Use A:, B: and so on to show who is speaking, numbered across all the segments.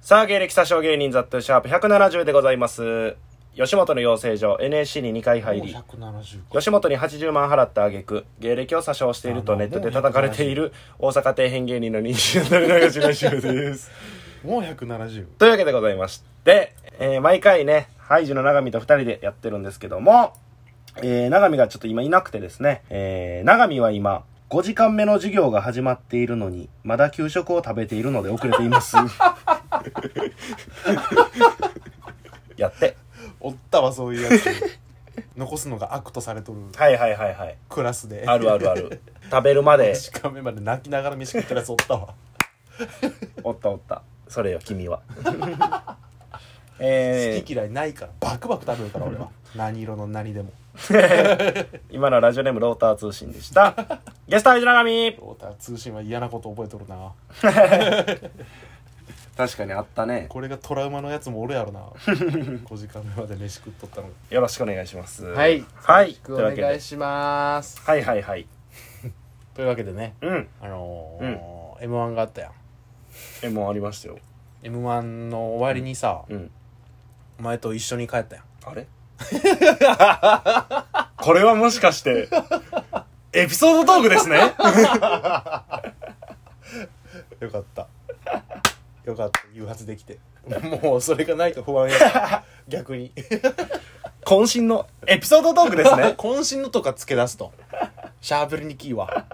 A: さあ、芸歴詐称芸人ザットゥシャープ170でございます。吉本の養成所 NSC に2回入り
B: も、う170か
A: 吉本に80万払った挙句、芸歴を詐称しているとネットで叩かれている大阪底辺芸人の西野長島修です。
B: もう170
A: というわけでございまして、えー毎回ね、ハイジの長見と2人でやってるんですけども、えー、長見がちょっと今いなくてですね、えー、長見は今、5時間目の授業が始まっているのに、まだ給食を食べているので遅れて います。やって。
B: おったわそういうやつ 残すのが悪とされとる
A: はいはいはいはい。
B: クラスで
A: あるあ るある。食べるまで、
B: しかめまで泣きながら飯食ってるやつおったわ
A: おったおった。それよ、君は。え
B: 好
A: ー
B: き嫌いないからバクバク食べるから俺は何色の何でも
A: 今のはラジオネームローター通信でした。ゲストハイジ長見
B: ローター通信は嫌なこと覚えとるな
A: 確かにあったね。
B: これがトラウマのやつもおるやろ な5時間目まで飯食っとったのに
A: よろしくお願いします。
C: はい、
A: はい
C: よろしくお願いします。
A: はいはいはい。
C: というわけでね、
A: うん。
C: あのー M1 があったやん。
A: え、もうありましたよ。
C: M1 の終わりにさ、
A: うん。
C: お前と一緒に帰ったやん。
A: あれ これはもしかして、エピソードトークですね
B: よか ったよかった誘発できてもうそれがないと不安やった 逆 に
A: 渾身のエピソードトークですね
B: 渾身のとか付け出すとシャーベルにキーは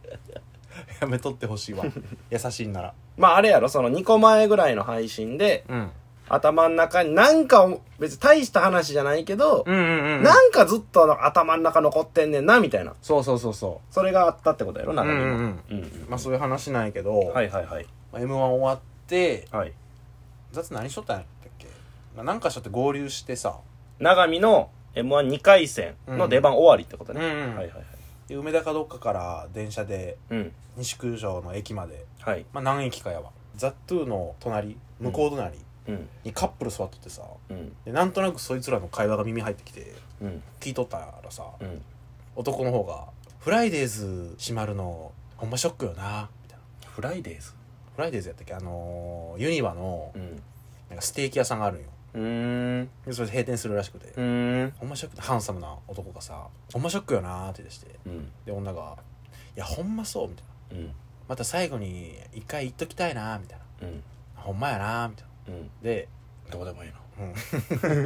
B: やめとってほしいわ優しいんなら
A: まああれやろ、その2個前ぐらいの配信で、
C: うん。
A: 頭の中になんかお、別に大した話じゃないけど、
C: うんうんうん。
A: なんかずっとなんか頭の中残ってんねんな、みたいな。
C: そうそうそうそ
A: それがあったってことやろ、
C: う。う
A: 中
C: ん
A: 身
C: う
A: も
C: んうん。
A: うんうん
C: まあそういう話なんやけど、
A: はいはいはい。
C: まあ M1 終わって、
A: はい。
C: 雑何しとったんやったっけ、まあ、なんかしとって合流してさ、
A: 長見の M12 回戦の出番終わりってことね。
C: うんうん
A: はいはいはい。
C: で梅田かどっかから電車で
A: うん。
C: 西九条の駅まで、
A: はい。
C: まあ何駅かやわ。ザ・トゥーの隣、向こう隣
A: うん。
C: にカップル座っとってさ、
A: うん。
C: でなんとなくそいつらの会話が耳入ってきて
A: うん。
C: 聞いとったらさ
A: うん。
C: 男の方が「フライデーズ閉まるのほんまショックよな」みたいな
A: フライデーズ
C: フライデーズやったっけあのーユニバの
A: うん。
C: なんかステーキ屋さんがあるんよ
A: うーん。
C: でそれで閉店するらしくて、
A: うん。
C: ほんまショックハンサムな男がさ「ほんまショックよな」って出して
A: うん。
C: で女が「いやほんまそう」みたいな
A: うん。
C: 「また最後に一回言っときたいな」みたい
A: うん。
C: な「ほんまやな」みたいな
A: うん。
C: で
A: どうで もいいの。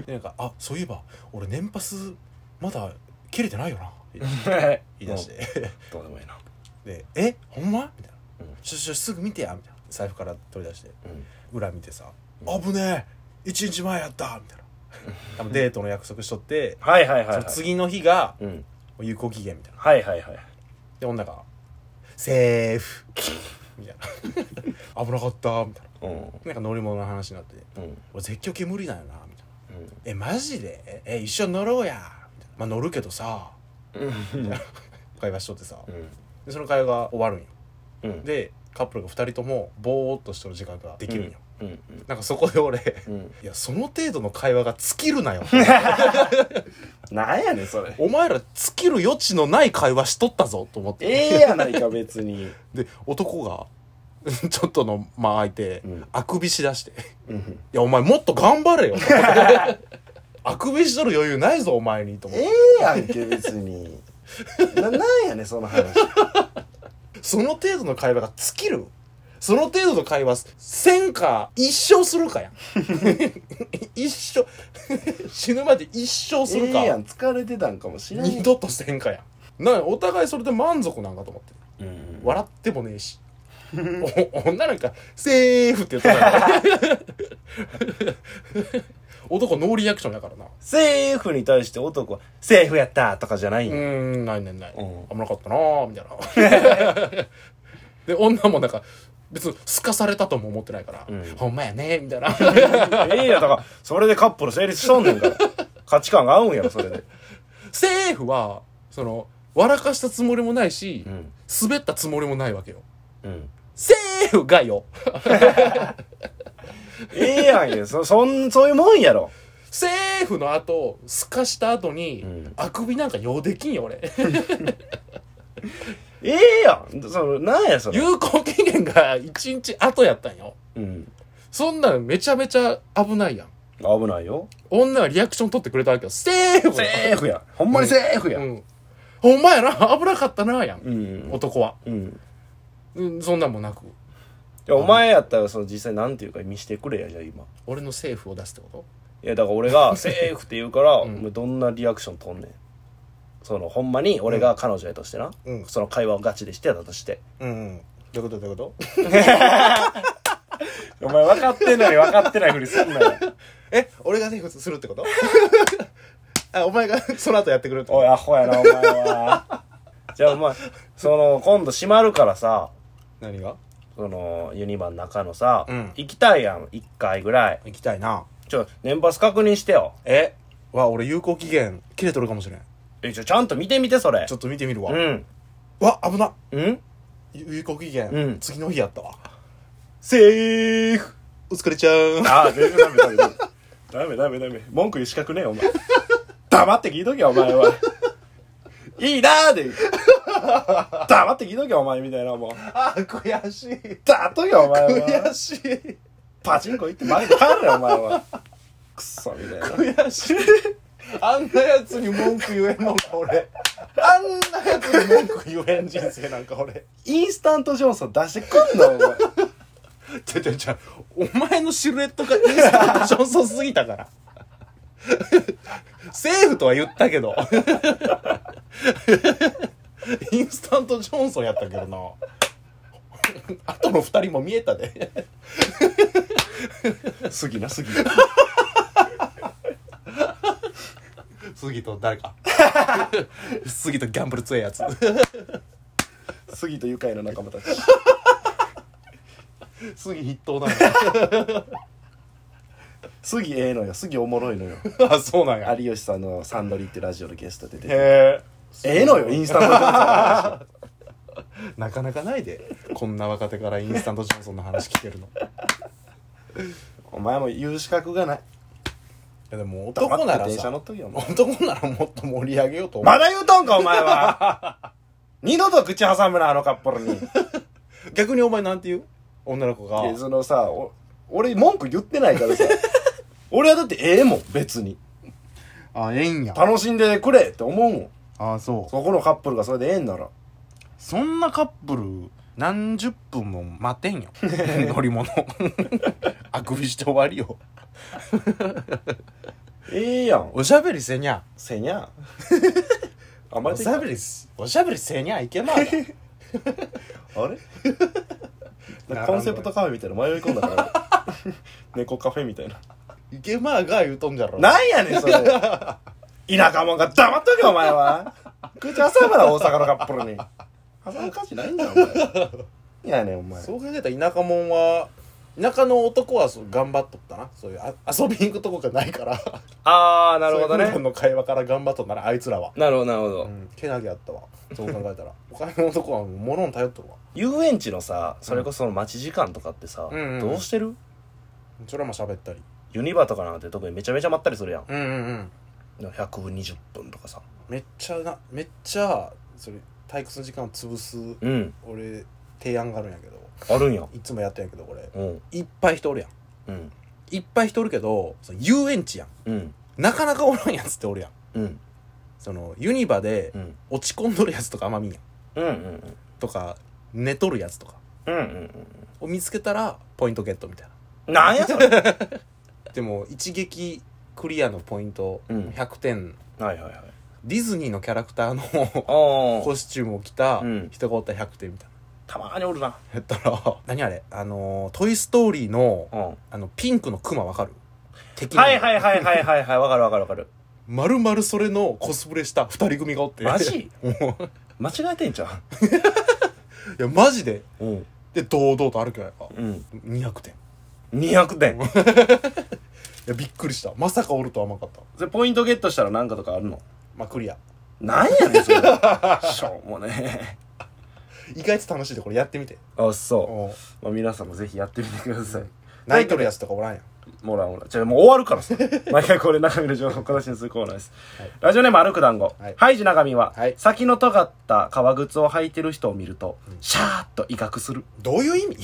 C: でなんか「あそういえば俺年パスまだ切れてないよな」って言い出し。て
A: どうでもいいの。
C: で「えほんま?」みたいな
A: うん
C: 「ちょちょすぐ見てや」みたいな財布から取り出して
A: うん。
C: 裏見てさ「
A: うん
C: 危ねえ一日前やった」みたいな多分デートの約束しとって
A: はいはいはい
C: そ
A: は
C: の
A: い。。
C: 次の日が
A: うん。
C: 有効期限みたいな
A: はいはいはい。
C: で女が「セーフ」みたいな「 危なかった」みたい
A: う
C: な
A: ん。
C: なんか乗り物の話になって
A: うん。
C: 「俺絶叫系無理だよな」みたいな「
A: う
C: えマジでえ一緒に乗ろうや」みたいな「まあ乗るけどさ
A: ん。うん。」
C: 会話しとってさ
A: うん。
C: でその会話が終わるんよ
A: うん。
C: でカップルが2人ともぼーっとしてる時間ができるんよ、
A: うん。うん。
C: なんかそこで俺
A: うん。
C: いやその程度の会話が尽きるなよ
A: なんやねん、それ。
C: お前ら尽きる余地のない会話しとったぞと思って
A: ええやないか、別に。
C: で男が ちょっとの間空いて、
A: うん
C: あくびしだして「い
A: うん。
C: やお前もっと頑 張れよ」あくびしとる余裕ないぞお前に」と思っ
A: え
C: て
A: えやんけ、別に。な、なんやねん、その話。
C: その程度の会話が尽きるその程度の会話せんか一生するかやん 一生死ぬまで一生す
A: え
C: る
A: え
C: か、
A: やん、疲れてたんかもしれん
C: 二。度とせんかやんなんやお互いそれで満足なんかと思って
A: うん
C: 笑ってもねえしお女なんか「セーフ」って言ってたから 男ノーリアクションだからな
A: セーフに対して男は、セーフやったとかじゃないん
C: う
A: や
C: ーんないないない、
A: うん
C: 危なかったなーみたいなで女もなんか別にすかされたとも思ってないから「
A: うん
C: ほんまやね」みたいな
A: ええやんだからそれでカップル成立しとんねん から価値観が合うんやろそれで、
C: セーフはその笑かしたつもりもないし、
A: ん
C: 滑ったつもりもないわけよ
A: うん、
C: セーフがよ
A: ええやんけそそんそういうもんやろ
C: セーフの後すかした後に、
A: うん
C: あくびなんかようできんよ俺
A: ええやんそのなんやそれ
C: 有効期限が1日後やったんよ
A: うん
D: そんなんめちゃめちゃ危ないやん。
A: 危ないよ。
D: 女はリアクション取ってくれたわけよ。セーフ
A: セーフや。ほんまにセーフや。
D: う
A: うん。
D: ん。ほんまやな、危 なかったな、やん。
A: うん。
D: 男は。
A: うん、
D: うん、そんなんもなく。
A: いやお前やったら、その実際なんていうか見してくれや、じゃあ今。
D: 俺のセーフを出すってこと
A: いや、だから俺が セーフって言うから、
D: ん
A: お前どんなリアクションとんねん。その、ほんまに俺が彼女やとしてな。
C: うん
A: その会話をガチでしてたとして。
C: うんどういうことどういうこと
A: お前分かってんのに分かってないふりすんなよ。
C: え俺がセーフす るってことあお前が その後やってくれるってこ
A: おい、
C: と
A: アホやな、お前は。 じゃあお前、その、今度閉まるからさ、
C: 何が
A: その、ユニバの中のさ、
C: うん
A: 行きたいやん、一回ぐらい。
C: 行きたいな
A: ちょ、年パス確認してよ。
C: えわ俺有効期限切れとるかもしれん
A: え、ちょ、ちゃんと見てみて、それ
C: ちょ。っと見てみるわ、
A: うん。
C: わ危な
A: うん
C: 有効期限、
A: うん
C: 次の日やったわセーフお疲れちゃー ん
A: ああ、全然ダメダメダメ。ダメダメダメ。文句言う資格ねえよ、お前。黙って聞いとけよ、お前は。いいなーで。黙って聞いとけよ、お前みたいな、もう。
C: あー悔しい
A: だっとけよ、お前は
C: 悔。しい
A: パチンコ行ってバイト帰れよ、お前は。くそ、みたいな。
C: 悔しいあんなやつに文句言えんのか俺あんなやつに文句言えん人生なんか俺
A: インスタントジョンソン出してくんの、お前。
C: ちょちょちょお前のシルエットがインスタントジョンソンすぎたから セーフとは言ったけど インスタントジョンソンやったけどなあとの2人も見えたで
A: 杉な、杉。
C: 杉と誰か杉とギャンブル強いやつ
A: 杉と愉快な仲間たち。
C: 杉筆頭な
A: 杉ええのよ、杉おもろいのよ。
C: の あそうなんや
A: 有吉さんのサンドリーってラジオのゲストで出てて。
C: へ
A: ええのよ、インスタントジョンソンの話。
C: えなかなかないでこんな若手からインスタントジョンソンの話聞けるのい
A: お前も言う資格がない。
C: やでも男なら
A: 電車
C: さ
A: 乗っとけよ、お前。
C: 男ならもっと盛り上げようと思う
A: まだ言うとんか、お前は。 二度と口挟むな、あのカップルに。 い
C: 逆にお前なんて言う女の子が
A: やそのさ、お俺文句言ってない からさ。俺はだってええもん、別に。
C: あええんや
A: 楽しんでくれって思うもん。
C: あそう
A: そこのカップルがそれでええんなら。
C: そんなカップル何十分も待てん よ乗り物あくびして終わりよ
A: ええやん。
C: おしゃべりせにゃ
A: せにゃ。 あんま
C: お
A: り
C: しゃべりすおしゃべりせにゃいけない
A: あれコンセプトカフェ みたいなの迷い込んだ から。猫カフェみたいな。
C: いけまあが言うとんじゃろ
A: なんやねん、それ。田舎もんが黙っとけ、お前は。口挟むな、大阪のカップルに。挟む価値ないんだよ、お前。いやねん、お前。
C: そう考えたら田舎者は田舎の男はそう頑張っとったなそういうあ遊びに行くとこがないから
A: あー、な
C: そういう普段の会話から頑張っとんならあいつらは、
A: なるほど、なるほ
C: う
A: ど。
C: ん、けなげやったわそう考え たらお金の男はもう物に頼っとるわ
A: 遊園地のさ、それこそ待ち時間とかってさ、
C: うんうん
A: どうしてる
C: それはまあ喋ったり
A: ユニバとかなんて特にめちゃめちゃ待ったりするやん。
C: うんうんうん
A: 120分とかさ。
C: めっちゃなめっちゃそれ退屈の時間を潰す
A: うん。
C: 俺提案があるんやけど
A: あるんや。
C: いつもやってんやけどこれ
A: うん。
C: いっぱい人おるやん
A: うん。
C: いっぱい人おるけどその遊園地やん
A: うん。
C: なかなかおらんやつっておるやん
A: うん。
C: そのユニバで
A: うん。うん。
C: 落ち込んどるやつとかあんま見んや
A: う
C: ん
A: ん。うん。
C: とか寝とるやつとか
A: うん。うん。
C: を見つけたらポイントゲットみたいな
A: なんやそれ。はい
C: でも一撃クリアのポイント
A: うん
C: 100点
A: はいはい。
C: ディズニーのキャラクターの
A: あ
C: コスチュームを着た
A: うん
C: 人がおったら100点みたいな
A: たまーにおるな。
C: やったら 何あれあのートイ・ストーリー」の
A: うん。
C: あのピンクのクマわかる敵の
A: はいはいはいはいはいはい、わかるわかるわかる。
C: まるまるそれのコスプレした二人組がおって
A: マジ
C: もうい
A: 間違えてんじゃん。
C: やマジで
A: うん。
C: で堂々と歩けないか
A: うん。
C: 200点い
A: 200点。
C: やびっくりしたまさかおるとは甘かった
A: それポイントゲットしたらなんかとかあるの
C: まあクリア
A: なんやねん、それ。しょうもね
C: 意外と楽しいでこれやってみて
A: え。あ、そう。
C: おう
A: まあ、皆さんもぜひやってみてください。
C: 泣いとるやつとかおらんやん
A: もらもら。じゃあもう終わるからさ。毎回これ中身の情報を小出しにするコーナーです。ラジオネーム歩く団子。
C: はい
A: ハイジ中身は、
C: はい
A: 先の尖った革靴を履いてる人を見ると、シャーッと威嚇する。
C: どういう意味